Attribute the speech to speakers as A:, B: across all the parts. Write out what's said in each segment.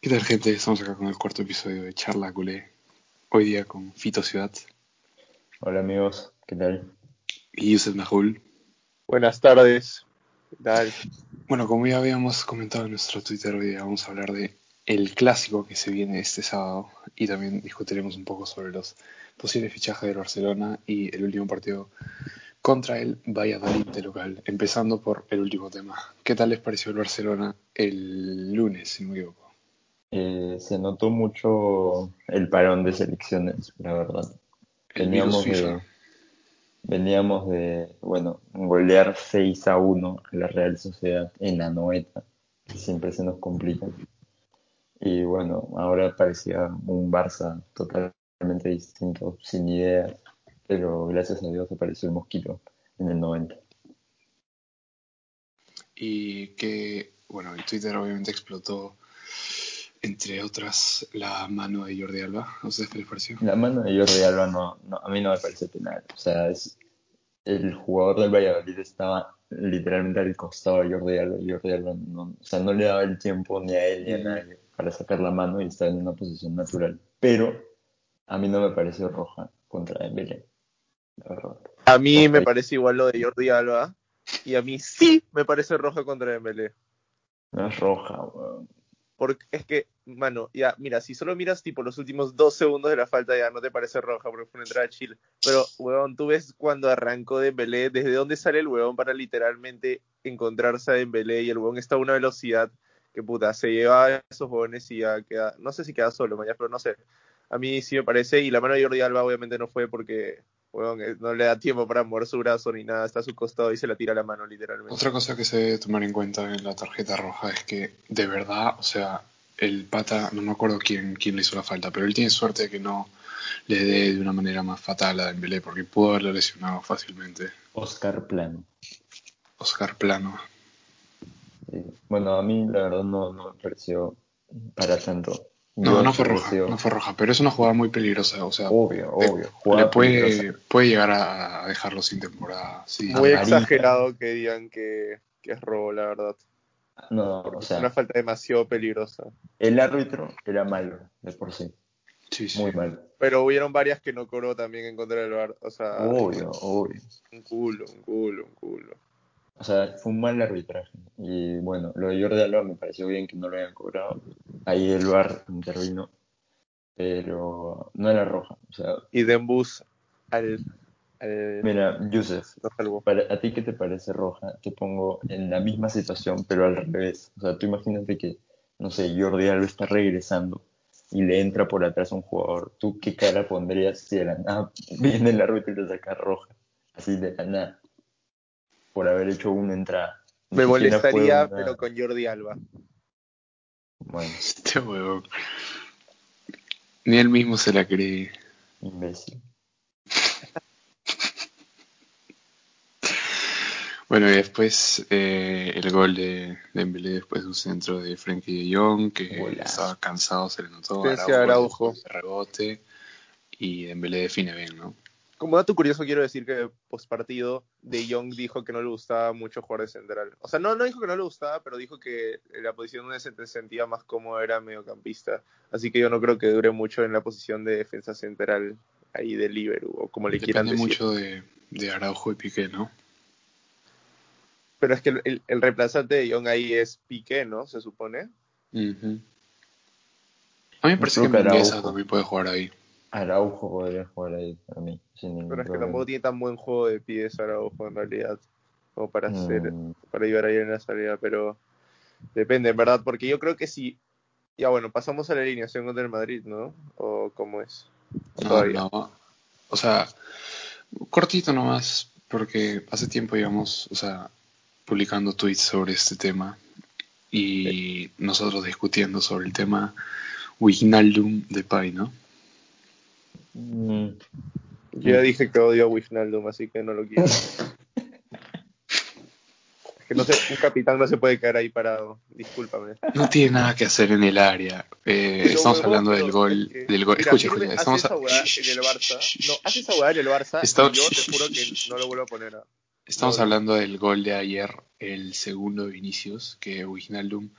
A: ¿Qué tal, gente? Estamos acá con el cuarto episodio de Charla Culé. Hoy día con Fito Ciudad
B: Hola amigos, ¿qué tal?
A: y Yusef Nahul.
C: Buenas tardes. ¿Qué tal?
A: Bueno, como ya habíamos comentado en nuestro Twitter hoy día, vamos a hablar de el clásico que se viene este sábado y también discutiremos un poco sobre los posibles fichajes del Barcelona y el último partido contra el Valladolid de local, empezando por el último tema. ¿Qué tal les pareció el Barcelona el lunes, si no me equivoco?
B: Eh, se notó mucho el parón de selecciones, la verdad.
A: El
B: Teníamos
A: virus
B: de-
A: FIFA.
B: Veníamos de, bueno, golear 6 a 1 a la Real Sociedad en la noeta, que siempre se nos complica. Y bueno, ahora parecía un Barça totalmente distinto, sin ideas, pero gracias a Dios apareció el mosquito en el 90.
A: y que, bueno, el Twitter obviamente explotó, entre otras, la mano de Jordi Alba. ¿A ustedes qué les pareció?
B: La mano de Jordi Alba no, no- a mí no me parece penal. O sea, es, el jugador del Valladolid estaba literalmente al costado de Jordi Alba y Jordi Alba no, o sea, no le daba el tiempo ni a él ni a nadie para sacar la mano y estar en una posición natural. Pero a mí no me pareció roja contra Dembélé, la verdad.
C: A mí me
B: Ok.
C: parece igual lo de Jordi Alba. Y a mí sí me parece roja contra Dembélé.
B: No es roja, weón.
C: Porque es que, mano, ya, mira, si solo miras tipo los últimos dos segundos de la falta, ya no te parece roja porque fue una entrada chill. Pero, weón, tú ves cuando arrancó Dembélé, desde dónde sale el weón para literalmente encontrarse a Dembélé y el weón está a una velocidad que puta, se lleva a esos jóvenes y ya queda, no sé si queda solo, mañana, pero no sé. A mí sí me parece, y la mano de Jordi Alba obviamente no fue porque, weón, eh, no le da tiempo para mover su brazo ni nada, está a su costado y se la tira la mano literalmente.
A: Otra cosa que se debe tomar en cuenta en la tarjeta roja es que, de verdad, o sea, el pata, no me acuerdo quién, quién le hizo la falta, pero él tiene suerte de que no le dé de una manera más fatal a Dembélé, porque pudo haberlo lesionado fácilmente.
B: Oscar Plano.
A: Oscar Plano.
B: Sí. Bueno, a mí la verdad no, no me pareció para tanto.
A: No,
B: Yo
A: no fue roja,
B: pareció-
A: no fue roja, pero es una jugada muy peligrosa, o sea,
B: Obvio, obvio.
A: le
B: jugada peligrosa.
A: puede, puede llegar a, a dejarlo sin temporada. Sí,
C: Muy
B: amarilla.
C: exagerado que digan que, que es robo, la verdad.
B: No,
C: Porque
B: o
C: es una
B: sea,
C: falta demasiado peligrosa.
B: el árbitro era malo, de por sí,
A: sí, sí.
B: muy malo.
C: Pero hubieron varias que no cobró también en contra del bar. O sea,
B: Obvio, obvio.
C: un culo, un culo, un culo.
B: O sea, fue un mal arbitraje. Y bueno, lo de Jordi Alba me pareció bien que no lo hayan cobrado. Ahí el VAR intervino, pero no era roja. O sea,
C: Y Dembus al. al
B: mira, Yusef,
C: lo salvó.
B: para- ¿a ti qué te parece roja? Te pongo en la misma situación, pero al revés. O sea, tú imagínate que, no sé, Jordi Alba está regresando y le entra por atrás un jugador. ¿Tú qué cara pondrías si de la nada viene el árbitro y le saca roja? Así de la nada. Por haber hecho una entrada. Ni
C: Me
B: siquiera fue
C: molestaría,
B: una-
C: pero con Jordi Alba.
B: Bueno,
A: Este huevón. Ni él mismo se la cree.
B: imbécil.
A: Bueno, y después eh, el gol de Dembélé después de un centro de Frenkie de Jong, que
B: Golazo.
A: estaba cansado, se le notó.
C: Asistencia de Araujo.
A: después de rebote. Y Dembélé define bien, ¿no?
C: Como dato curioso, quiero decir que postpartido, De Jong dijo que no le gustaba mucho jugar de central. O sea, no, no dijo que no le gustaba, pero dijo que la posición donde se te sentía más cómodo era mediocampista. Así que yo no creo que dure mucho en la posición de defensa central ahí de Liberu, o como le quieran
A: Depende
C: decir.
A: mucho de, de Araujo y Piqué, ¿no?
C: Pero es que el, el- el reemplazante de Young ahí es Piqué, ¿no? Se supone.
A: Ujú. A mí me parece
B: Creo
A: que
B: que
A: Mendoza
B: Araujo.
A: también puede jugar ahí.
B: Araujo podría jugar ahí para mí, sin ningún
C: Pero es que
B: problema.
C: tampoco tiene tan buen juego de pies Araujo en realidad. Como para hacer,
B: Mm,
C: para ayudar ahí en la salida, pero depende, en verdad, porque yo creo que si. Ya bueno, pasamos a la alineación contra el Madrid, ¿no? ¿O cómo es?
A: No,
C: Todavía.
A: Ah, no. O sea, cortito nomás, porque hace tiempo llevamos, o sea, publicando tweets sobre este tema y nosotros discutiendo sobre el tema Wijnaldum de Pai, ¿no?
B: mm,
C: Yo ya dije que odio a Wijnaldum, así que no lo quiero. es que no sé, un capitán no se puede quedar ahí parado. Discúlpame.
A: No tiene nada que hacer en el área. Eh,
C: Pero,
A: estamos
C: huevón,
A: hablando
C: pero
A: del gol,
C: es que-
A: del gol.
C: Mira,
A: Escucha,
C: firme,
A: escucha,
C: hace
A: estamos
C: esa
A: a-
C: huevada en el Barça. No, hace esa huevada en el Barça.
A: Está-
C: y Yo te juro que no lo vuelvo a poner. ah.
A: Estamos
C: Gol.
A: hablando del gol de ayer, el segundo de Vinicius, que Wijnaldum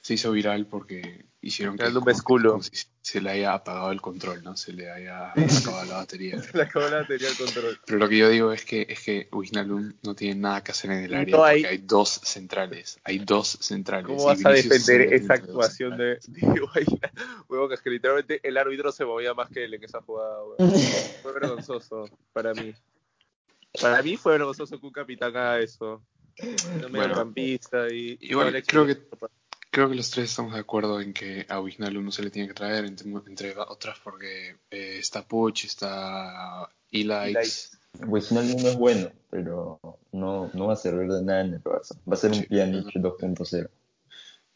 A: se hizo viral porque hicieron
C: Era
A: que,
C: de un
A: como que-
C: besculo.
A: como si se le haya apagado el control, ¿no? Se le haya acabado la batería.
C: Se le acabó la batería al control.
A: Pero lo que yo digo es que es que Wijnaldum no tiene nada que hacer en el área
C: No
A: porque hay...
C: hay-
A: dos centrales, hay dos centrales.
C: ¿Cómo
A: y
C: vas a
A: Vinicius se
C: defender
A: mete
C: esa
A: entre dos
C: actuación
A: centrales.
C: de Diego Huevón, que es que literalmente el árbitro se movía más que él en esa jugada, huevón. Fue vergonzoso para mí. Para mí fue vergonzoso que un capitán haga eso. Un mediocampista y...
A: Igual,
C: Alex-
A: creo que- Creo que los tres estamos de acuerdo en que a Wijnaldum no se le tiene que traer entre, entre otras porque eh, está Puch, está Ilaix.
C: Ilaix.
B: Wijnaldum Pues no es bueno, pero no, no va a servir de nada en el Barça. Va a ser un
A: Sí.
B: Pjanic 2.0.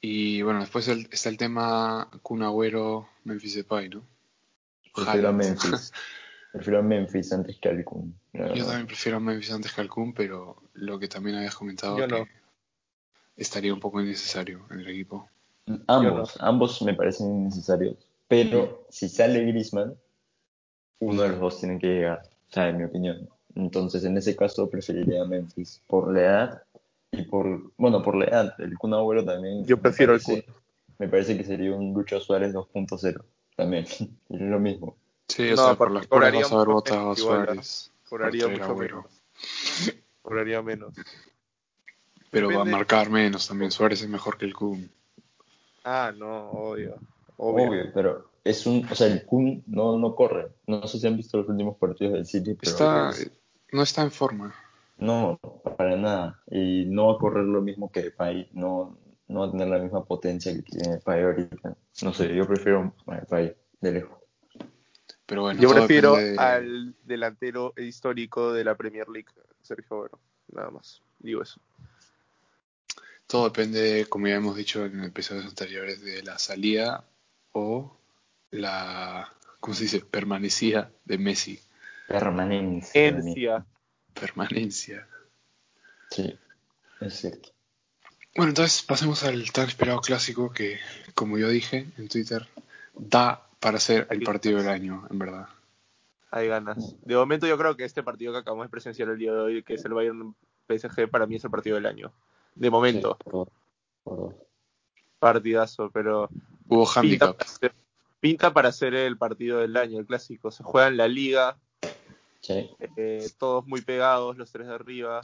A: Y bueno, después el- está el tema Kun Agüero, Memphis Depay, ¿no?
B: Prefiero a
A: Haaland.
B: Memphis. Prefiero a Memphis antes que al Kun. la
A: Yo
B: verdad.
A: también prefiero a Memphis antes que al Kun, pero lo que también habías comentado
C: Yo
A: que
C: no.
A: estaría un poco innecesario en el equipo.
B: Ambos, ambos me parecen innecesarios. Pero
A: Mm.
B: si sale Griezmann, uno de los dos tiene que llegar, o sea, en mi opinión. Entonces, en ese caso, preferiría a Memphis por la edad y por, bueno, por la edad. El Kun Agüero también.
C: Yo
B: me
C: prefiero el
B: parece- Me parece que sería un Lucho Suárez 2.0 también. Es lo mismo.
A: Sí,
C: No,
A: o sea, por
C: porque
A: las cuales
C: cobraría
A: vas a haber
C: mucho
A: votado a
C: menos igual, ¿no?
A: Suárez.
C: Cobraría
A: por traer a
C: mucho
A: Agüero.
C: menos. Cobraría menos.
A: Pero va a
C: Depende-
A: marcar menos también. Suárez es mejor que el Kun.
C: Ah, no, obvio.
B: Obvio.
C: Obvio.
B: pero es un, o sea, el Kun no, no corre. No sé si han visto los últimos partidos del City, pero
A: Está,
B: es-
A: no está en forma.
B: No, para nada. Y no va a correr lo mismo que Depay. No, no va a tener la misma potencia que tiene Depay ahorita. No sé, yo prefiero a Depay de lejos.
A: Pero bueno,
C: Yo
A: todo
C: prefiero
A: depende de-
C: al delantero histórico de la Premier League, Sergio Agüero. Nada más. Digo eso.
A: Todo depende, como ya hemos dicho en episodios anteriores, de la salida o la, ¿cómo se dice? Permanecía de Messi.
B: Permanencia. para mí.
C: Encia.
A: Permanencia.
B: Sí, es cierto.
A: Bueno, entonces pasemos al tan esperado clásico que, como yo dije en Twitter, da para ser el partido del año, en verdad.
C: Hay ganas. De momento yo creo que este partido que acabamos de presenciar el día de hoy, que es el Bayern PSG, para mí es el partido del año. De momento,
B: Sí, por dos, por dos.
C: partidazo, pero
A: Hubo
C: pinta
A: handicap.
C: para, ser, pinta para ser el partido del año, el clásico. Se juega en la liga,
B: Sí.
C: eh, todos muy pegados, los tres de arriba.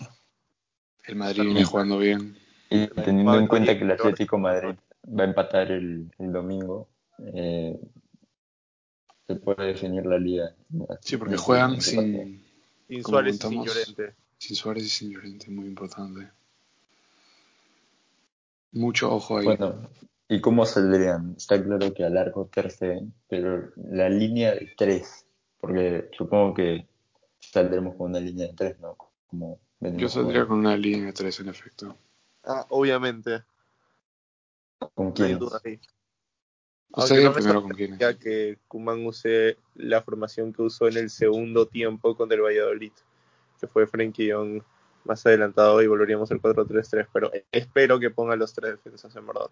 A: El Madrid viene jugando bien.
B: Y
C: Pero
B: teniendo en
C: Madrid-
B: cuenta que el Atlético de Madrid va a empatar el, el domingo, eh, se puede definir la liga.
A: Sí, porque juegan sin,
C: Sin
A: Como
C: Suárez y sin
A: comentamos.
C: Llorente.
A: sin Suárez y sin Llorente, muy importante. Mucho ojo ahí.
B: Bueno, ¿y cómo saldrían? Está claro que a largo tercero, pero la línea de tres, porque supongo que saldremos con una línea de tres, ¿no? Como
A: yo
B: venimos
A: saldría
B: jugando.
A: con una línea de tres, en efecto.
C: Ah, obviamente,
B: ¿Con
C: no hay
B: quién?
C: duda ahí. Aunque
A: Usted diga
C: no me
A: primero con quién.
C: Ya que Kuman use la formación que usó en el segundo tiempo contra el Valladolid, que fue Frenkie Young más adelantado y volveríamos al 4-3-3, pero espero que ponga los tres defensas en verdad,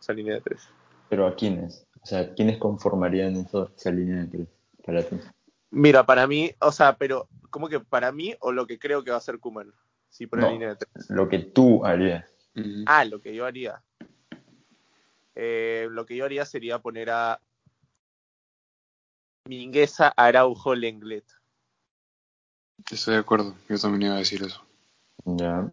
C: esa línea de tres.
B: Pero ¿a quiénes? O sea, ¿quiénes conformarían eso- esa línea de tres para ti?
C: Mira, para mí, o sea, pero como que para mí o lo que creo que va a hacer Kuman, si pone
B: No.
C: línea de tres.
B: Lo que tú harías.
A: Ujú.
C: Ah, lo que yo haría. Eh, lo que yo haría sería poner a Mingueza, Araujo, Lenglet.
A: Estoy de acuerdo, yo también iba a decir eso.
B: Ya.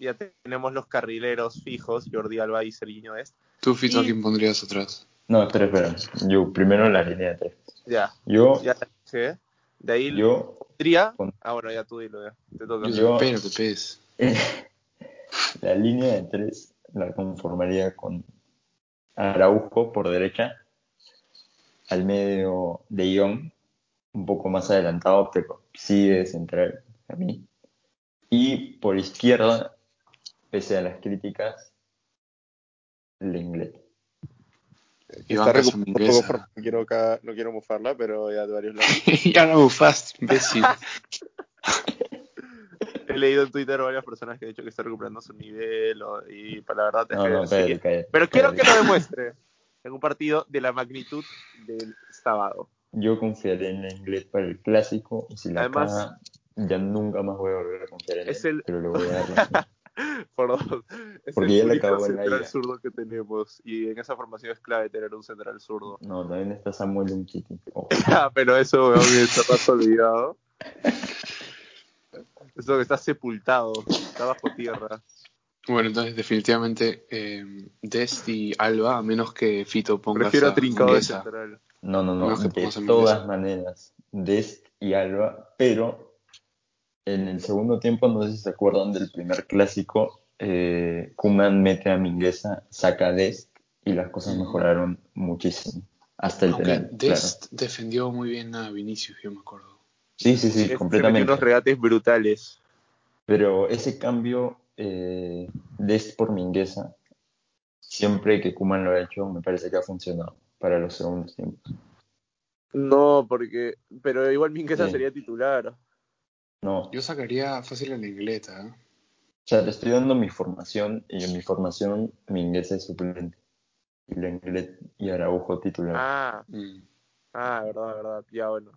C: Ya te- tenemos los carrileros fijos, Jordi Alba y Serginho Dest.
A: ¿Tú, Fito, a
C: Y-
A: quién pondrías atrás?
B: No, espera, espera. Yo primero la línea de tres.
C: Ya,
B: Yo,
C: ya la dije. De ahí lo
B: yo,
C: pondría.
B: con-
C: Ah, bueno, ya tú dilo, ya. Te toca.
A: Yo,
B: Yo-
A: espero, Pepe. es-
B: La línea de tres la conformaría con Araujo por derecha, al medio de Jong, un poco más adelantado, pero sí de central a mí. Y por izquierda, pese a las críticas, Lenglet.
A: Iván Casaminguesa.
C: quiero no quiero mofarla, pero ya de varios lados.
A: ya la bufaste, imbécil.
C: He leído en Twitter varias personas que han dicho que está recuperando su nivel o- y para la verdad es
B: No,
C: que
B: no,
C: sí.
B: cállate, cállate,
C: Pero quiero que
B: cállate.
C: lo demuestre en un partido de la magnitud del sábado.
B: Yo confiaré en Lenglet para el clásico y si la
C: Además-
B: caga, ya nunca más voy a volver a confiar en él,
C: Es el-
B: pero le voy a dar la-
C: Por dos. Es
B: Porque
C: el
B: ya le
C: único
B: acabó el
C: central
B: aire.
C: zurdo que tenemos. Y en esa formación es clave tener un central zurdo.
B: No, también está Samuel Umtiti. Ojo.
C: Ah, pero eso, weón, está más olvidado. Eso que está sepultado, está bajo tierra.
A: Bueno, entonces definitivamente eh, Dest y Alba, a menos que Fito ponga
C: Prefiero
A: a
C: a Trincado de
A: Mingueza.
C: central.
B: No, no, no.
A: No, que
B: de
A: pongas a
B: todas
A: Mendoza.
B: maneras, Dest y Alba, pero en el segundo tiempo, no sé si se acuerdan del primer clásico, eh, Kuman mete a Mingueza, saca a Dest y las cosas mejoraron muchísimo. Hasta el
A: Aunque
B: penal. claro.
A: Dest defendió muy bien a Vinicius, yo me acuerdo.
B: Sí, sí, sí,
C: Es- se metió
B: completamente.
C: Este, unos regates brutales.
B: Pero ese cambio eh, Dest por Mingueza, siempre que Kuman lo ha hecho, me parece que ha funcionado para los segundos tiempos.
C: No, porque. Pero igual Mingueza
B: Sí.
C: sería titular.
B: No,
A: Yo sacaría fácil a la ingleta. ¿eh?
B: O sea, te estoy dando mi formación y en mi formación mi inglés es suplente. Y la inglés y Araujo titular.
C: Ah,
A: Mm.
C: ah, verdad, verdad. Ya bueno.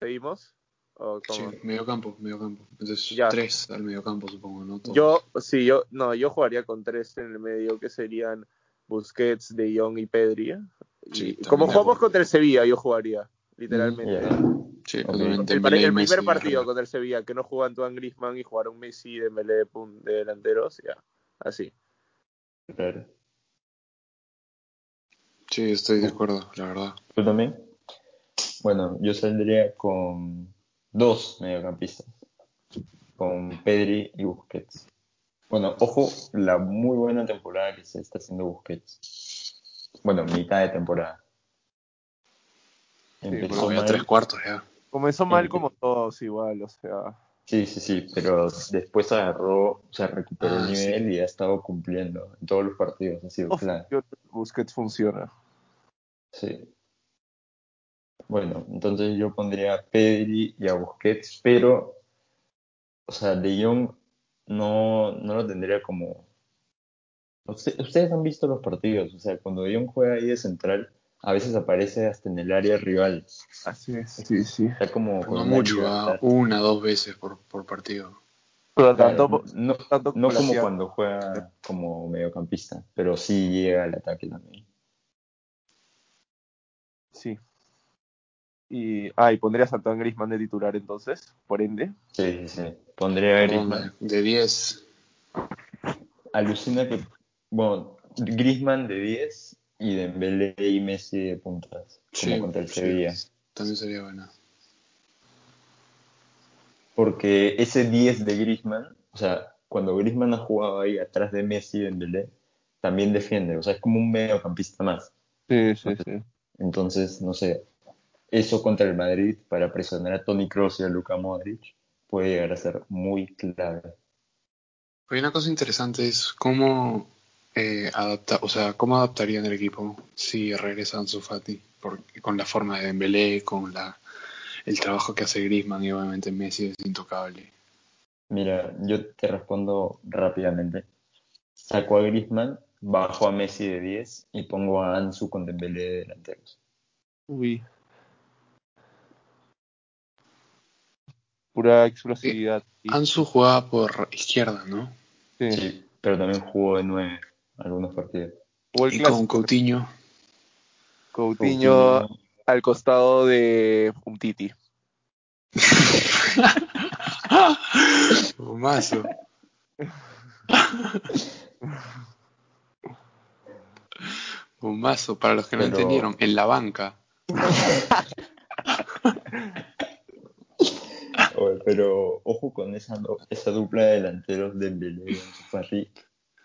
C: ¿Seguimos? ¿O
A: Sí,
C: cómo?
A: medio campo, medio campo. Entonces
C: Ya.
A: tres al medio campo, supongo, ¿no? Todos.
C: Yo, sí, yo, no, yo jugaría con tres en el medio, que serían Busquets, De Jong y Pedri. Y
A: Sí, también Mm,
C: como
A: de
C: jugamos
A: acuerdo.
C: contra el Sevilla, yo jugaría, literalmente.
B: Ya.
A: Sí,
B: Ok.
A: totalmente.
C: El, par-
A: Dembélé y
C: el
A: Messi,
C: primer partido
A: arriba.
C: contra el Sevilla, que no jugó Antoine Griezmann y jugaron Messi y Dembélé de, pun- de delanteros, ya, así.
B: Claro.
A: Sí, estoy de acuerdo, la verdad.
B: ¿Tú también? Bueno, yo saldría con dos mediocampistas. Con Pedri y Busquets. Bueno, ojo, la muy buena temporada que se está haciendo Busquets. Bueno, mitad de temporada.
A: Sí,
B: Empezó
A: bueno, ya
B: mal.
A: tres cuartos ya.
C: Comenzó mal
B: Sí.
C: como todos igual, o sea,
B: Sí, sí, sí, pero después agarró, o sea, recuperó
A: Ah,
B: el
A: sí.
B: nivel y ha estado cumpliendo en todos los partidos, ha sido
C: no
B: clave.
C: funciona, Busquets funciona.
B: Sí. Bueno, entonces yo pondría a Pedri y a Busquets, pero, o sea, De Jong no, no lo tendría como... Usted- ustedes han visto los partidos, o sea, cuando De Jong juega ahí de central, a veces aparece hasta en el área rival,
C: Así es, sí, sí.
B: está como
A: Pero
B: con
A: No
B: una
A: mucho,
B: libertad.
A: ¿ah? una, dos veces por, por partido.
C: Pero
B: Claro,
C: tanto,
B: no,
C: tanto
B: No
C: como
B: como
C: hacía-
B: cuando juega como mediocampista, pero sí llega al ataque también.
C: Sí. Y, ah, y pondrías a Antoine Griezmann de titular entonces, por ende.
B: Sí, sí, sí. Pondría a Griezmann.
A: De 10.
B: Alucina que, bueno, Griezmann de 10 y Dembélé y Messi de puntas, como
A: Sí,
B: contra el
A: sí,
B: Sevilla.
A: También sería buena.
B: Porque ese 10 de Griezmann, o sea, cuando Griezmann ha jugado ahí atrás de Messi y Dembélé, también defiende, o sea, es como un mediocampista más.
C: Sí,
B: sí, sí. Entonces, no sé, eso contra el Madrid para presionar a Toni Kroos y a Luka Modric puede llegar a ser muy clave.
A: Hay una cosa interesante es cómo eh, adapta, o sea, cómo adaptarían el equipo si regresa Ansu Fati porque con la forma de Dembélé, con la el trabajo que hace Griezmann y obviamente Messi es intocable.
B: Mira, yo te respondo rápidamente. Saco a Griezmann, bajo a Messi de 10 y pongo a Ansu con Dembélé de delanteros.
C: Uy. Pura explosividad. Sí,
A: Ansu jugaba por izquierda, ¿no?
C: sí.
B: Sí, pero también jugó de 9 algunos partidos.
C: Jugó el
A: Y con
C: clásico.
A: Coutinho,
C: Coutinho al costado de Umtiti.
A: Mazo. Bombazo, para los que no
B: Pero-
A: entendieron, en la banca.
B: Oye, pero ojo con esa, do- esa dupla de delanteros Dembélé y Ansu Fati,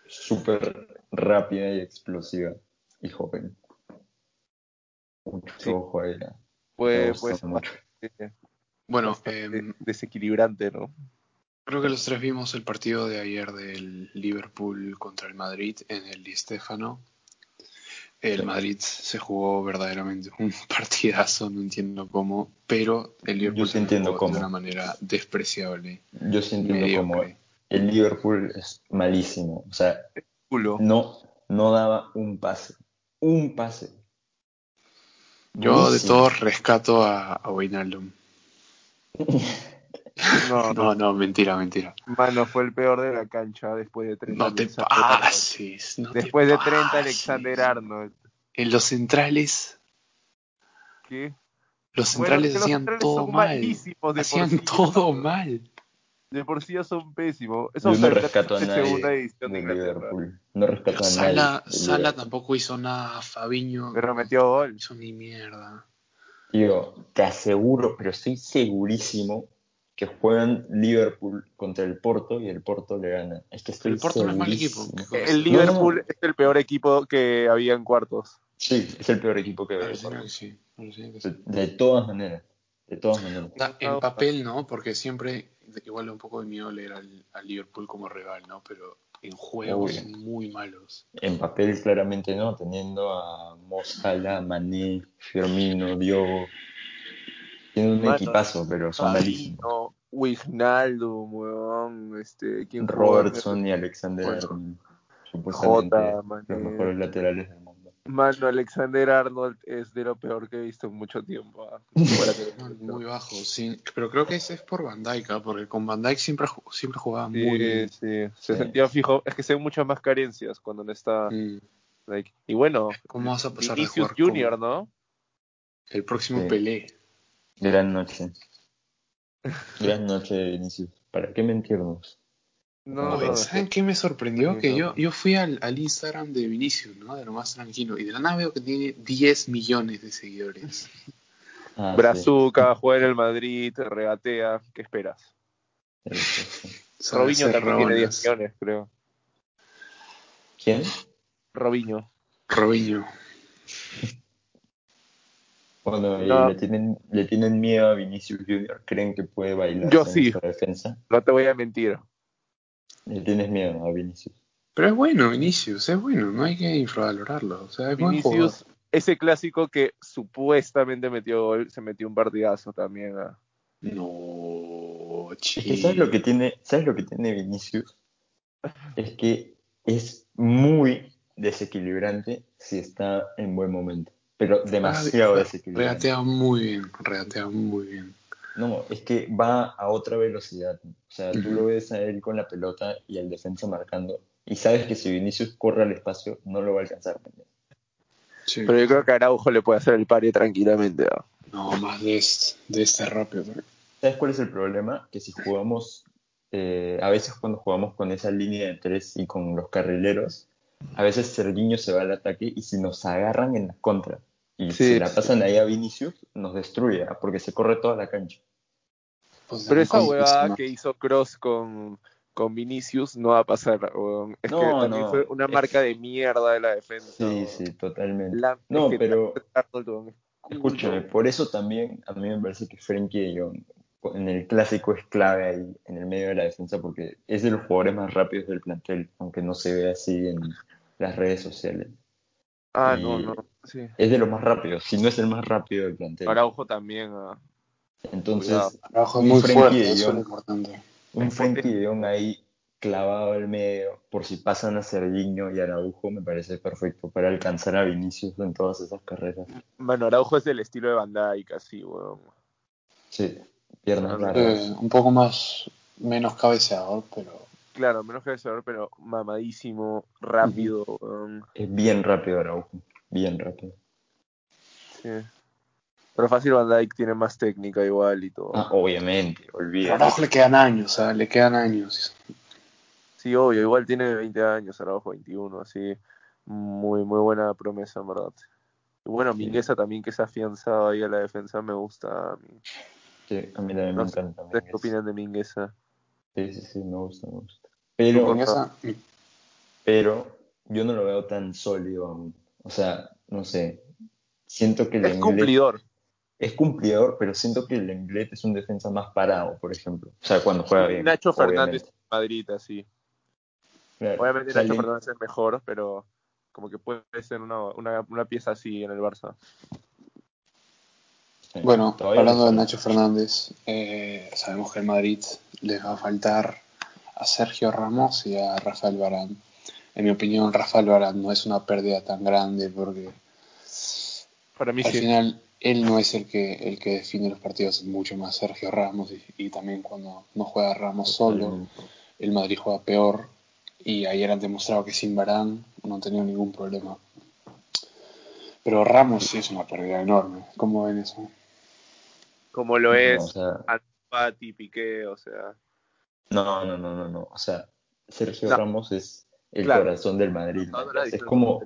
B: súper rápida y explosiva y joven. Mucho
C: Sí.
B: ojo ahí. ¿eh? Me
C: Fue,
B: gusta
C: fue
B: mucho.
C: bastante-
A: Bueno,
C: bastante
A: em,
C: desequilibrante, ¿no?
A: Creo que los tres vimos el partido de ayer del Liverpool contra el Madrid en el Di Stéfano. El
B: Sí.
A: Madrid se jugó verdaderamente un partidazo, no entiendo cómo, pero el Liverpool
B: sí
A: se lo
B: entiendo
A: jugó
B: cómo.
A: de una manera despreciable.
B: Yo sí entiendo como
A: mediocre.
B: el Liverpool es malísimo. O sea,
C: Culo.
B: no, no daba un pase. Un pase.
A: Yo de
B: Buenísimo.
A: todos rescato a, a Wijnaldum.
C: No, no,
A: No, no, mentira, mentira.
C: mano, fue el peor de la cancha después de 30.
A: No te
C: Alexander Arnold.
A: pases. no te
C: Después de 30,
A: pases.
C: Alexander Arnold.
A: En los centrales,
C: ¿Qué?
A: los
C: Bueno,
A: centrales
C: es que los
A: hacían
C: centrales
A: todo
C: son
A: mal.
C: malísimos de
A: Hacían
C: por sí,
A: todo
C: ¿no?
A: mal.
C: De por sí ya son pésimos.
B: Yo
C: Esos
B: no
C: centrales
B: rescato a
C: de
B: nadie
C: segunda división de
B: de
C: Inglaterra.
B: Liverpool. No rescato
A: Pero
B: a nadie.
A: Sala,
B: de
A: Sala
B: Liverpool.
A: tampoco hizo nada, Fabiño
C: Pero metió gol.
A: hizo ni mierda.
B: Tío, te aseguro, pero estoy segurísimo que juegan Liverpool contra el Porto y el Porto le gana. Es que estoy
A: El Porto no es mal equipo.
B: segurísimo.
A: ¿qué cosa?
C: El Liverpool es el peor equipo que había en cuartos.
B: Sí, es el peor equipo que veo.
A: Alucina que Ah, sí, alucina que sí.
B: De, de todas maneras. De todas maneras.
A: O sea, en papel no, porque siempre igual da un poco de miedo leer al, al Liverpool como rival, ¿no? Pero en juegos
B: Obvio.
A: muy malos.
B: En papel claramente no, teniendo a Mo Salah, Mané, Firmino, Diogo. Tienen un
C: Mano,
B: equipazo, pero son malísimos.
C: Fabinho, Wijnaldum, weón, este, ¿quién jugó?
B: Robertson y Alexander
A: Bueno.
B: Arnold, supuestamente
C: Jota, Mané.
B: los mejores laterales del mundo.
C: Mano, Alexander Arnold es de lo peor que he visto en mucho tiempo. ah. Fuera de-
A: No, Muy bajo, sí. Pero creo que ese es por Van Dijk, ¿ah? porque con Van Dijk siempre, ju- siempre jugaba muy
C: Sí,
A: bien.
C: sí, se
B: Sí.
C: sentía fijo. Es que se ven muchas más carencias cuando no está.
A: Mm.
C: Like, y bueno,
A: ¿Cómo vas a pasar de Pues
C: Vinicius
A: jugar con
C: Junior, ¿no?
A: el próximo
B: Sí.
A: Pelé?
B: Gran noche. Gran noche, Vinicius. ¿Para qué mentirnos?
C: No,
A: Oye,
C: no,
A: ¿Saben qué me sorprendió?
C: Sí,
A: Que
C: no.
A: yo, yo fui al, al Instagram de Vinicius, ¿no? De lo más tranquilo. Y de la nave veo que tiene 10 millones de seguidores.
B: Ah, sí.
C: Brazuca, juega en el Madrid, regatea, ¿qué esperas?
B: Sí, sí, sí.
A: Son
C: Robinho
A: ser
C: también tiene 10
A: rabonas.
C: millones, creo.
B: ¿Quién?
C: Robinho.
A: Robinho.
B: Bueno, y
C: No.
B: eh, le, tienen, le tienen miedo a Vinicius Junior. ¿Creen que puede bailar
C: Yo
B: en
C: sí.
B: su defensa?
C: No te voy a mentir.
B: Le tienes miedo a Vinicius.
A: Pero es bueno, Vinicius, es bueno, no hay que infravalorarlo. O sea, es buen jugador.
C: Vinicius, ese clásico que supuestamente metió gol, se metió un partidazo también. ah.
A: No,
B: Es que ¿sabes lo que tiene, ¿sabes lo que tiene Vinicius? Es que es muy desequilibrante si está en buen momento. Pero demasiado desequilibrante.
A: Ah, Regatea muy bien, regatea muy bien.
B: No, es que va a otra velocidad. O sea, tú lo ves a él con la pelota y al defensa marcando. Y sabes que si Vinicius corre al espacio, no lo va a alcanzar.
A: Sí.
C: Pero yo creo que Araujo le puede hacer el pari tranquilamente. ah.
A: No, más de este, de este rápido. ¿no?
B: ¿Sabes cuál es el problema? Que si jugamos, eh, a veces cuando jugamos con esa línea de tres y con los carrileros, a veces Serginho se va al ataque y si nos agarran en la contra y
C: Sí.
B: se la pasan ahí a Vinicius, nos destruye, ¿ah? porque se corre toda la cancha.
A: O sea,
C: Pero
A: no
C: esa
A: con-
C: huevada que hizo Cross con, con Vinicius no va a pasar. weón. Es que
B: No,
C: también
B: no.
C: fue una marca de mierda de la defensa.
B: Sí,
C: weón.
B: sí, totalmente.
C: La-
B: No,
C: es que
B: pero-
C: Arnold, weón, es culo.
B: Escúchame, por eso también a mí me parece que Frenkie de Jong en el clásico es clave ahí en el medio de la defensa porque es de los jugadores más rápidos del plantel, aunque no se vea así en las redes sociales.
C: Ah,
B: y-
C: no, no. Sí.
B: Es de los más rápidos, si no es el más rápido del plantel.
C: Araujo también. ah.
B: Entonces,
C: cuidado.
A: Trabajo
B: un
A: muy
B: Frenkie de
A: fuerte, eso es
B: Jong.
A: lo importante.
B: un Frenkie de Jong ahí clavado al medio, por si pasan a Serginho y Araujo, me parece perfecto para alcanzar a Vinicius en todas esas carreras.
C: Bueno, Araujo es del estilo de Van y casi, weón.
B: Sí,
C: Ah,
B: piernas largas.
A: Eh, un poco más, menos cabeceador, pero
C: Claro, menos cabeceador, pero mamadísimo, rápido, weón.
B: Es bien rápido Araujo, bien rápido.
C: Sí. Pero fácil Van Dyke tiene más técnica igual y todo.
B: Ah, obviamente,
A: pero a
B: olvídate.
A: Araujo le quedan años, ¿ah? le quedan años.
C: Sí, obvio, igual tiene 20 años, Araujo 21, así. Muy, muy buena promesa, en verdad. Y bueno, Mingueza también que se ha afianzado ahí a la defensa, me gusta. a mí.
B: Sí, a mí también
C: No
B: me
C: sé,
B: encanta.
C: ¿Ustedes qué
B: Mingueza.
C: opinan de Mingueza?
B: Sí, sí, sí, me gusta, me gusta.
A: Pero
B: Pero,
A: con esa, mm,
B: pero yo no lo veo tan sólido aún. O sea, no sé. Siento que el
C: Es
B: inglés-
C: cumplidor.
B: es cumplidor, pero siento que el Lenglet es un defensa más parado, por ejemplo. O sea, cuando juega bien.
C: Nacho Fernández
B: obviamente.
C: en Madrid, así.
B: Claro.
C: Obviamente
B: O sea,
C: Nacho
B: Len-
C: Fernández es mejor, pero como que puede ser una, una, una pieza así en el Barça.
B: sí,
A: Bueno,
B: todavía
A: hablando
B: no
A: de
B: está.
A: Nacho Fernández, eh, sabemos que en Madrid les va a faltar a Sergio Ramos y a Rafael Barán. En mi opinión, Rafael Barán no es una pérdida tan grande porque
C: Para mí
A: al
C: sí.
A: final él no es el que, el que define los partidos, mucho más Sergio Ramos y, y también cuando no juega Ramos solo, el Madrid juega peor y ayer han demostrado que sin Barán no han tenido ningún problema. Pero Ramos sí es una pérdida enorme. ¿Cómo ven eso?
C: Como lo es
B: o sea,
C: Anfati, Piqué, o sea.
B: no, no, no, no, no. O sea, Sergio
C: No.
B: Ramos es el
C: Claro.
B: corazón del Madrid.
C: No, no,
B: ¿no?
C: no,
B: es
C: no,
B: como,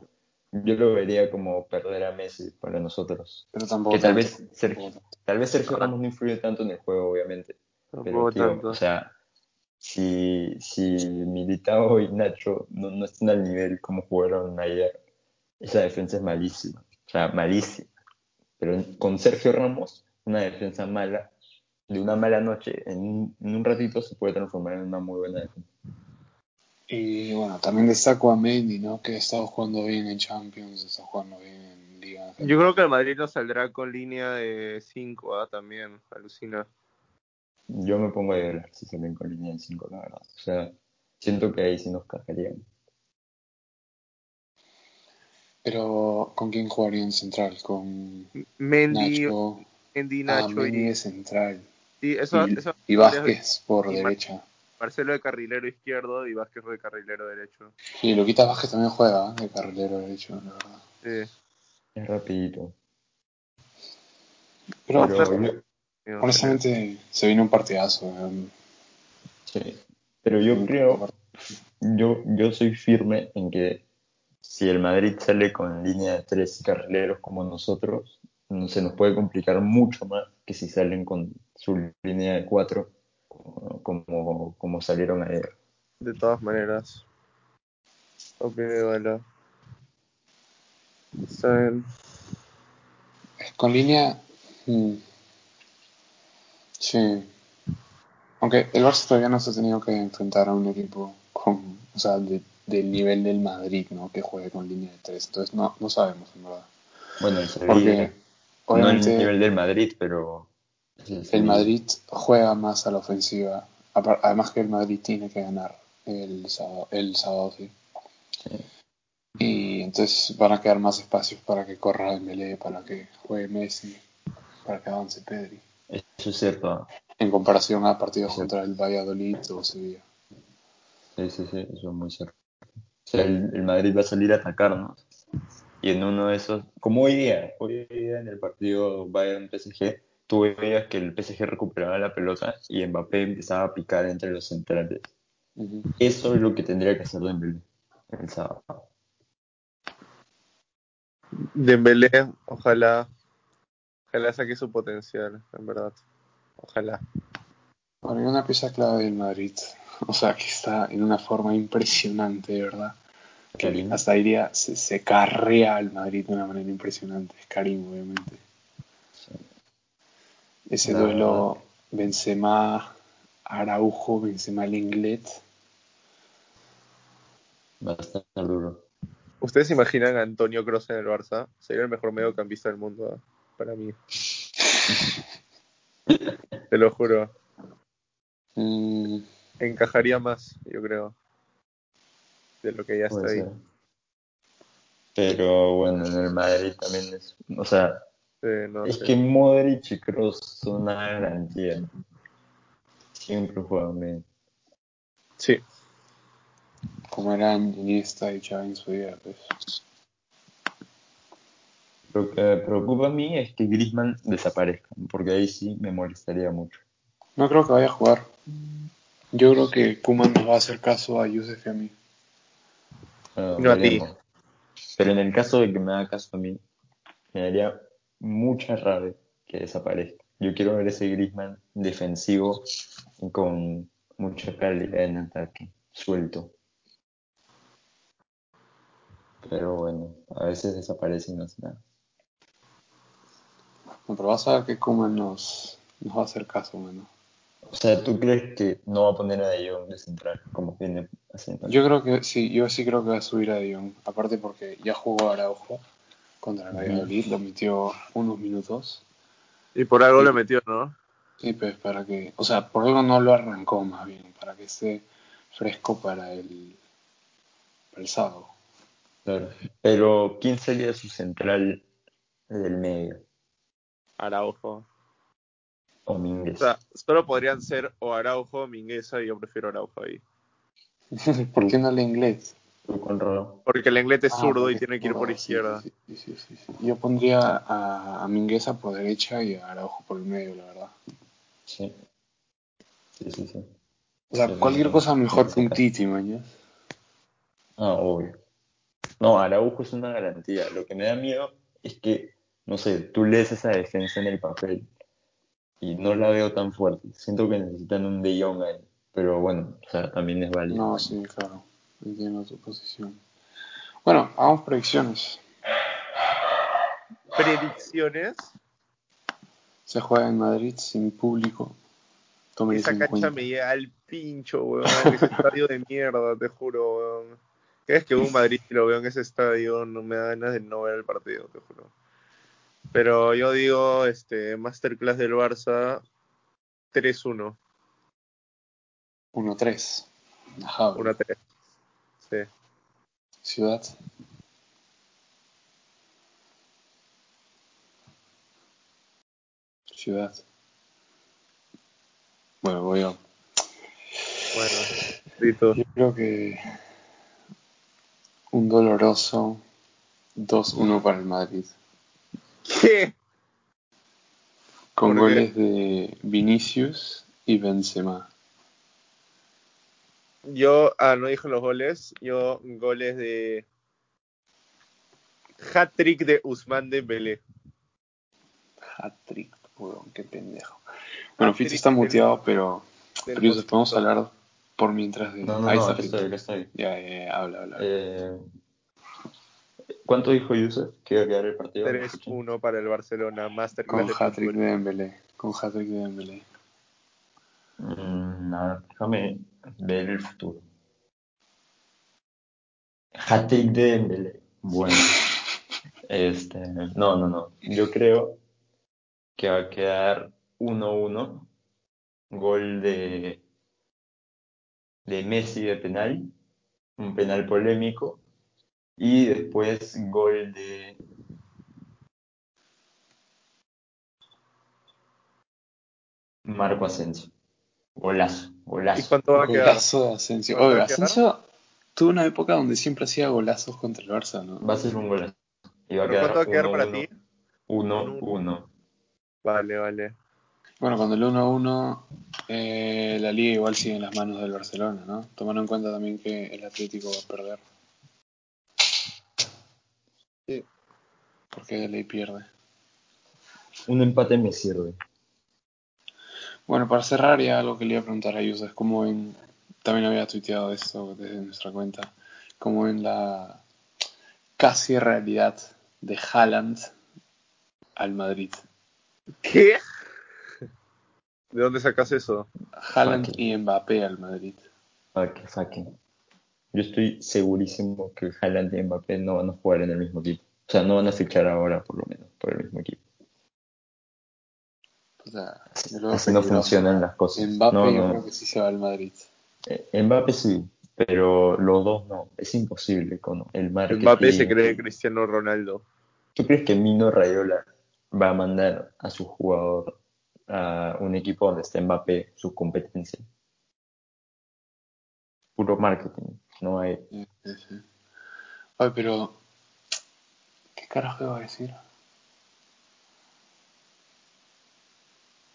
C: no.
B: yo lo vería como perder a Messi para nosotros.
A: Pero tampoco.
B: Que tal vez
A: tanto,
B: Sergio,
A: tampoco tanto.
B: tal vez Sergio Ramos no influye tanto en el juego, obviamente. Pero,
C: Tampoco
B: tío,
C: tanto.
B: o sea, si, si Militao y Nacho no, no están al nivel como jugaron ayer, esa defensa es malísima. O sea, malísima. Pero con Sergio Ramos, una defensa mala, de una mala noche, en un, en un ratito se puede transformar en una muy buena defensa.
A: Y bueno, también destaco a Mendy, ¿no? Que ha estado jugando bien en Champions, está jugando bien en Liga.
C: Yo creo que el Madrid nos saldrá con línea de 5 también, alucina.
B: Yo me pongo a llorar si salen con línea del 5, la verdad. O sea, siento que ahí sí nos cagarían.
A: Pero ¿con quién jugaría en central? Con
C: Mendy,
A: Nacho.
C: Mendy,
A: Ah,
C: Nacho
A: Mendy
C: y,
A: es central.
C: y eso,
A: y,
C: eso-
A: y Vázquez por
C: y Mar-
A: derecha.
C: Marcelo de carrilero izquierdo y Vázquez de carrilero derecho.
A: Y Luquita Vázquez también juega ¿eh? de carrilero derecho, la verdad.
C: Sí,
B: Es rapidito.
A: Pero,
B: Pero yo-
C: digo,
A: honestamente se viene un partidazo. ¿eh?
B: sí. Pero yo creo Yo, yo soy firme en que si el Madrid sale con línea de tres carrileros como nosotros, no se nos puede complicar mucho más que si salen con su línea de cuatro como, como, como salieron ayer.
C: De todas maneras. Opino igual. ¿Saben?
A: Con línea. mm, Sí. Aunque el Barça todavía no se ha tenido que enfrentar a un equipo con, o sea, de- del nivel del Madrid, ¿no? Que juegue con línea de tres. Entonces no, no sabemos, en verdad.
B: Bueno, el Sevilla,
A: Porque
B: no el
A: obviamente
B: nivel del Madrid, pero es el
A: el
B: Sevilla.
A: Madrid juega más a la ofensiva. Apar- Además que el Madrid tiene que ganar el sábado, el sábado sí.
B: Sí.
A: Y entonces van a quedar más espacios para que corra Dembélé, para que juegue Messi, para que avance Pedri.
B: Eso es cierto. ah.
A: En comparación a partidos
B: Sí.
A: contra el Valladolid o Sevilla.
B: Sí, sí, sí, eso es muy cierto. O sea, el, el Madrid va a salir a atacarnos. Y en uno de esos, como hoy día, hoy día en el partido Bayern-PSG, tú veías que el PSG recuperaba la pelota y Mbappé empezaba a picar entre los centrales.
A: Ujú.
B: Eso es lo que tendría que hacer Dembélé el sábado.
C: Dembélé, ojalá. Ojalá saque su potencial, en verdad. Ojalá.
A: Bueno, y una pieza clave del Madrid, o sea, que está en una forma impresionante, de verdad. Que
B: Karim.
A: hasta diría, se, se carrea al Madrid de una manera impresionante. Es Karim, obviamente.
B: Sí.
A: Ese
B: La
A: duelo Benzema-Araujo, Benzema-Lenglet.
B: Va a estar duro.
C: ¿Ustedes se imaginan a Antonio Cross en el Barça? Sería el mejor mediocampista del mundo ¿eh? para mí. Te lo juro.
A: Mm,
C: Encajaría más, yo creo. De lo que ya está
B: puede
C: ahí.
B: ser. Pero bueno, en el Madrid también es. O sea,
C: Sí, no
B: Es
C: sé.
B: que Modric y Kroos son una garantía. Siempre juegan bien.
C: Sí.
A: como eran Iniesta y Xavi en su día, pues.
B: Lo que me preocupa a mí es que Griezmann desaparezca, porque ahí sí me molestaría mucho.
A: No creo que vaya a jugar. Yo creo que Kuman nos va a hacer caso a Yusef y a mí.
B: Ah,
C: No a ti.
B: veremos. Pero en el caso de que me haga caso a mí, me daría mucha rabia que desaparezca. Yo quiero ver ese Griezmann defensivo y con mucha calidad en ataque, suelto. Pero bueno, a veces desaparece y no hace nada.
A: No, pero vas a ver que Kuman nos, nos va a hacer caso, mano.
B: O sea, ¿tú crees que no va a poner a De Jong de central como viene haciendo?
A: Yo creo que sí, yo sí creo que va a subir a De Jong. Aparte porque ya jugó Araujo contra el
B: Ujú.
A: Valladolid, lo metió unos minutos.
C: Y por algo lo metió, ¿no?
A: Sí, pues para que, o sea, por algo no lo arrancó más bien, para que esté fresco para el, para el sábado.
B: Claro. Pero ¿quién sería su central del medio?
C: Araujo.
B: O
C: O
B: Mínguez.
C: sea, solo podrían ser o Araujo o Mingueza y yo prefiero Araujo ahí.
A: ¿Por qué no lee inglés?
B: Tú con Rolo.
C: Porque el inglés es
A: Ah,
C: zurdo y
A: porque-
C: tiene que ir por
A: sí,
C: izquierda.
A: sí, sí, sí, sí, sí. Yo pondría a, a Mingueza por derecha y a Araujo por el medio, la verdad.
B: Sí. Sí, sí, sí.
A: O sea,
B: Sí,
A: cualquier
B: sí.
A: cosa mejor
B: Sí,
A: que un
B: sí.
A: Titi, mañana.
B: Ah, obvio. No, Araujo es una garantía. Lo que me da miedo es que, no sé, tú lees esa defensa en el papel y no la veo tan fuerte. Siento que necesitan un De Jong ahí. Pero bueno, o sea, también es válido.
A: No, sí, claro. Entiendo tu posición. Bueno, hagamos predicciones.
C: Predicciones.
A: Se juega en Madrid sin público. Tomen eso
C: Esa
A: en
C: cancha
A: cuenta.
C: me llega al pincho, weón. Ese estadio de mierda, te juro, weón. Cada vez que voy a Madrid y lo veo en ese estadio, no me da ganas de no ver el partido, te juro. Pero yo digo, este, Masterclass del Barça, 3-1,
A: 1-3. Ajá.
C: 1-3. Sí.
A: Ciudad. Ciudad. Bueno, voy a...
C: Bueno, listo.
A: Yo creo que un doloroso 2-1 para el Madrid.
C: ¿Qué?
A: Con
C: ¿Por qué?
A: goles de Vinicius y Benzema.
C: Yo, ah, no dije los goles. Yo, goles de. Hat-trick de Usman Dembélé.
A: Hat-trick, weón, qué pendejo. Bueno,
C: Hat-trick
A: Fito está
C: del-
A: muteado, pero,
C: del
A: pero Yusuf, podemos hablar por mientras de...
B: No, no,
A: Ahí
B: no,
A: está
B: acá
A: Fito.
B: estoy, acá estoy.
A: Ya, ya, ya, habla, habla.
B: Eh, ¿Cuánto dijo Yusef que iba a quedar el partido? No escuché.
C: 3-1 para el Barcelona, Masterclass
A: Con
C: de
A: hat-trick
C: fútbol.
A: de Dembélé. Con hat-trick de Dembélé.
B: Mm, nada, déjame ver el futuro. Hatik de Dembélé. Bueno. Este, no, no, no. Yo creo que va a quedar 1-1. Gol de, de Messi de penal. Un penal polémico. Y después gol de. Marco Asensio. Golazo,
C: ¿Y
B: golazo.
C: cuánto va a quedar?
A: Golazo de Asensio.
C: ¿Cuánto
A: Oye,
C: va a quedar?
A: Asensio tuvo una época donde siempre hacía golazos contra el Barça, ¿no?
B: Va a ser un golazo. Y va a
C: ¿Pero
B: quedar
C: cuánto va a quedar para
B: 1-1.
C: ti?
B: 1-1.
C: Vale, vale.
A: Bueno, cuando el 1-1, eh, la liga igual sigue en las manos del Barcelona, ¿no? Tomando en cuenta también que el Atlético va a perder.
C: Sí.
A: Porque de ley pierde.
B: Un empate me sirve.
A: Bueno, para cerrar, ya algo que le iba a preguntar a Yusa es cómo ven, también había tuiteado esto desde nuestra cuenta, cómo ven la casi realidad de Haaland al Madrid.
C: ¿Qué? ¿De dónde sacas eso?
A: Haaland
B: Fucking.
A: y Mbappé al Madrid.
B: Para que saquen. Yo estoy segurísimo que Haaland y Mbappé no van a jugar en el mismo equipo. O sea, no van a fichar ahora, por lo menos, por el mismo equipo.
A: O sea, yo lo veo
B: Así no
A: peligroso.
B: funcionan las cosas.
A: Mbappé
B: No,
A: yo
B: no.
A: creo que sí se va al Madrid.
B: Eh, Mbappé sí, pero los dos no. Es imposible con el marketing.
C: Mbappé se cree Cristiano Ronaldo.
B: ¿Tú crees que Mino Rayola va a mandar a su jugador a un equipo donde esté Mbappé, su competencia? Puro marketing. No hay.
A: Sí, sí, sí. Ay, pero... ¿Qué carajo iba a decir?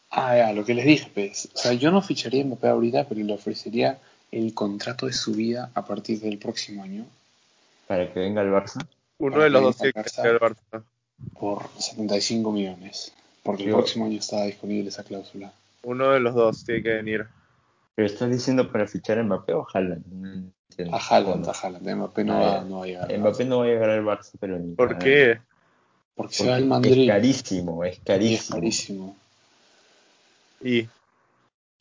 A: Ah, ya, lo que les dije, pues. O sea, yo no ficharía a Mbappé ahorita, pero le ofrecería el contrato de su vida a partir del próximo año
B: Para que venga el Barça.
C: Uno
A: Para
C: de los
A: que
C: dos
A: venga
C: tiene
A: al
C: que ser el Barça.
A: por 75 millones. Porque el
B: Yo-
A: próximo año está disponible esa cláusula.
C: Uno de los dos tiene que venir.
B: Pero estás diciendo para fichar a Mbappé o Haaland. No entiendo.
A: A Haaland,
B: Bueno,
A: a Haaland. Mbappé no,
B: Ah,
A: va,
B: ya.
A: no va a llegar.
B: Mbappé no va a llegar al Barça, pero ni.
C: ¿Por
B: cagando.
C: qué?
A: Porque se
B: Porque
A: va al Madrid.
B: Es carísimo, es
A: Y es
B: carísimo.
A: carísimo.
C: Y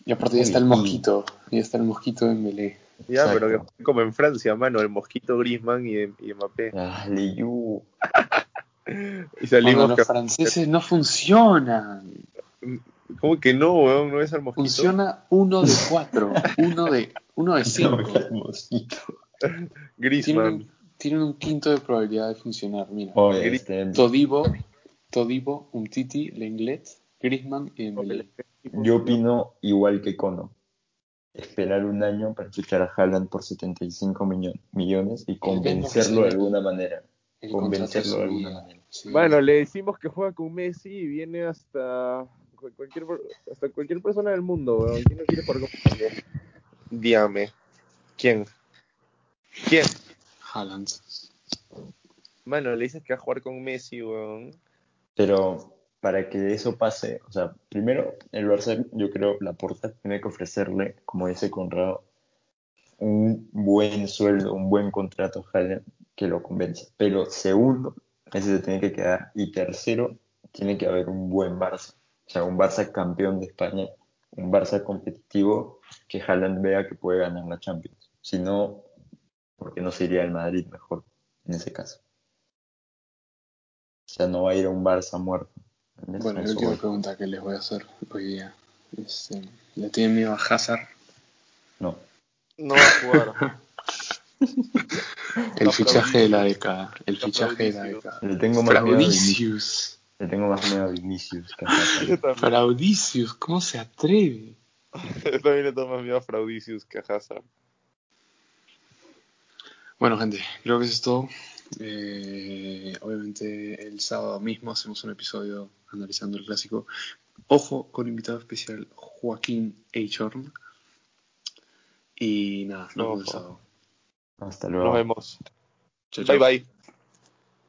A: Y aparte ya
B: Uy,
A: está el
B: y-
A: mosquito. Ya está el mosquito en Belé.
C: ya,
B: Exacto.
C: ah, pero que como en Francia, mano, el mosquito Griezmann y, y Mbappé.
B: Dale, Yu.
C: Y salimos.
A: los
C: que-
A: franceses no funcionan.
C: ¿Cómo que no, weón? ¿No ves al mosquito?
A: Funciona uno de cuatro. Uno de, uno de
B: No,
A: cinco.
B: el mosquito.
C: Griezmann.
B: Oh.
A: Tienen, tienen un quinto de probabilidad de funcionar. Mira.
B: Oye, este,
A: Todibo Todibo, Umtiti, Lenglet, Griezmann y Dembélé.
B: Yo opino igual que Cono. Esperar un año para fichar a Haaland por 75 millo- millones y convencerlo de alguna manera.
A: El
B: Convencerlo de
A: contrato
B: alguna
A: sería-
B: manera.
A: sí.
D: Bueno, le decimos que juega con Messi y viene hasta cu- cualquier hasta cualquier persona del mundo, weón. ¿Quién no quiere por
C: Dígame. ¿Quién? ¿Quién?
A: Haaland.
C: Mano, le dices que va a jugar con Messi, weón.
B: Pero para que eso pase, o sea, primero el Barça, yo creo, la puerta tiene que ofrecerle, como dice Conrado, un buen sueldo, un buen contrato a Haaland que lo convenza. Pero segundo, ese se tiene que quedar. Y tercero, tiene que haber un buen Barça. O sea, un Barça campeón de España, un Barça competitivo que Haaland vea que puede ganar la Champions. Si no, porque no sería el Madrid mejor en ese caso. O sea, no va a ir a un Barça muerto. ¿entendés?
A: Bueno,
B: A
A: la
B: eso
A: última
B: voy.
A: pregunta que les voy a hacer hoy día. Este, ¿Le tienen miedo a Hazard?
B: No.
C: No va a jugar.
A: El
C: Lo
A: fichaje de la década. El
C: Lo
A: fichaje de la
C: aplaudísimo.
A: década.
B: Le tengo más miedo a Vinicius.
A: Fraudicius.
B: Le tengo más miedo a Vinicius que a Hazard.
C: Yo también,
A: Fraudicius, ¿cómo se atreve?
C: yo también le tomo miedo a Fraudicius que a Hazard.
A: Bueno, gente, creo que eso es todo. Eh, obviamente el sábado mismo hacemos un episodio analizando el clásico. Ojo con invitado especial Joaquín Eichhorn. Y nada, nos vemos el
C: Ojo.
A: sábado.
B: Hasta
C: Nos
B: luego.
C: vemos.
A: Chao, chao.
C: Bye bye.